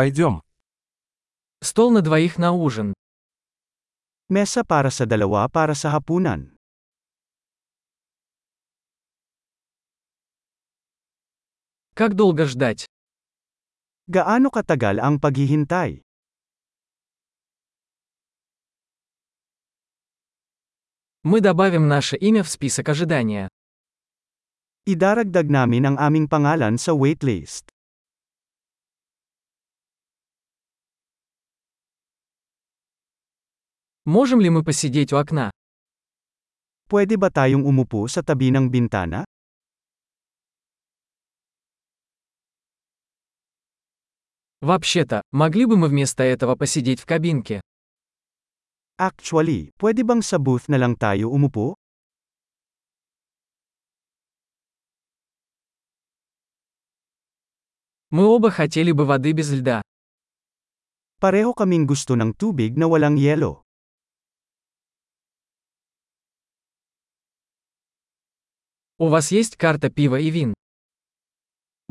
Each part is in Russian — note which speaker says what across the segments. Speaker 1: Пойдем.
Speaker 2: Стол на двоих на ужин.
Speaker 3: Mesa para sa dalawa para sa hapunan.
Speaker 2: Как долго ждать?
Speaker 3: Gaano katagal ang paghihintay?
Speaker 2: Мы добавим наше имя в список ожидания.
Speaker 3: Idaragdag namin ang aming pangalan sa waitlist.
Speaker 2: Можем ли мы посидеть у окна?
Speaker 3: Pwede ba tayong umupo sa tabi ng bintana?
Speaker 2: Вообще-то, могли бы мы вместо этого посидеть в кабинке?
Speaker 3: Actually, pwede bang sa booth na lang tayo umupo?
Speaker 2: Мы оба хотели бы воды без льда.
Speaker 3: Pareho kaming gusto ng tubig na walang yelo.
Speaker 2: У вас есть карта пива и вин?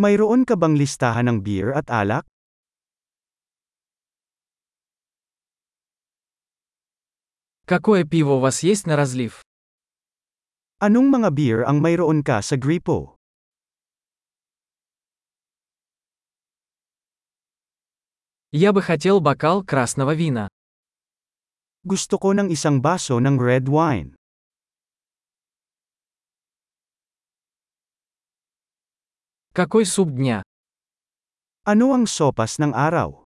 Speaker 3: Mayroon ka bang listahan ng beer at alak?
Speaker 2: Какое пиво у вас есть на разлив?
Speaker 3: Anong mga beer ang mayroon ka sa gripo?
Speaker 2: Я бы хотел бокал красного вина.
Speaker 3: Gusto ko ng isang baso ng red wine.
Speaker 2: Какой суп дня?
Speaker 3: Ano ang sopas ng araw?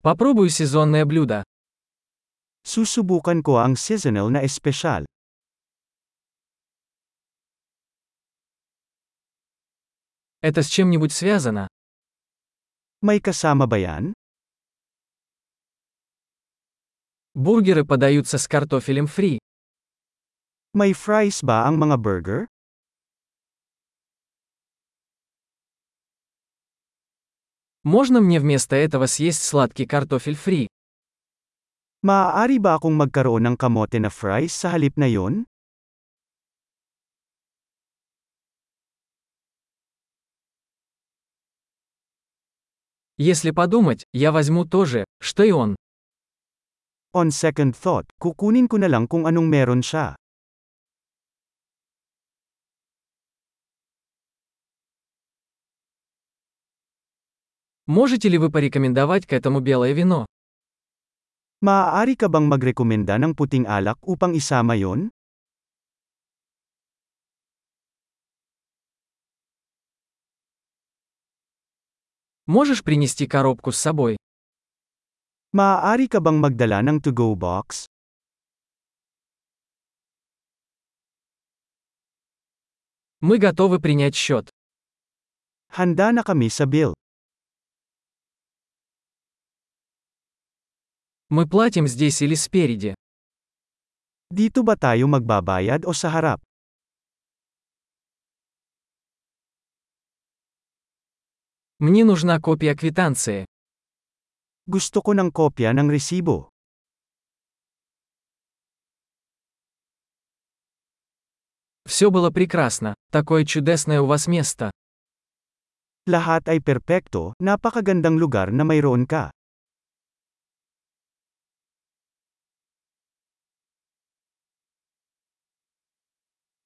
Speaker 2: Попробую сезонное блюдо.
Speaker 3: Susubukan ko ang seasonal na espesyal.
Speaker 2: Это с чем-нибудь связано?
Speaker 3: May kasama ba yan?
Speaker 2: Бургеры подаются с картофелем фри.
Speaker 3: May fries ba ang mga burger?
Speaker 2: Можно мне вместо этого съесть сладкий картофель фри?
Speaker 3: Maaari ba akong magkaroon ng kamote na fries sa halip na yon?
Speaker 2: Если подумать, я возьму то же, что и он.
Speaker 3: On second thought, kukunin ko na lang kung anong meron siya.
Speaker 2: Можете ли вы порекомендовать к этому белое вино?
Speaker 3: Maaari ka bang magrekomenda ng puting alak upang isama yon?
Speaker 2: Можешь принести коробку с собой?
Speaker 3: Maaari ka bang magdala ng to-go box?
Speaker 2: Мы готовы принять счет.
Speaker 3: Handa na kami sa bill.
Speaker 2: Мы платим здесь или спереди.
Speaker 3: Dito ba tayo magbabayad o sa harap?
Speaker 2: Мне нужна копия квитанции.
Speaker 3: Gusto ko ng kopya ng resibo.
Speaker 2: Все было прекрасно. Такое чудесное у вас место.
Speaker 3: Lahat ay perpekto, napakagandang lugar na mayroon ka.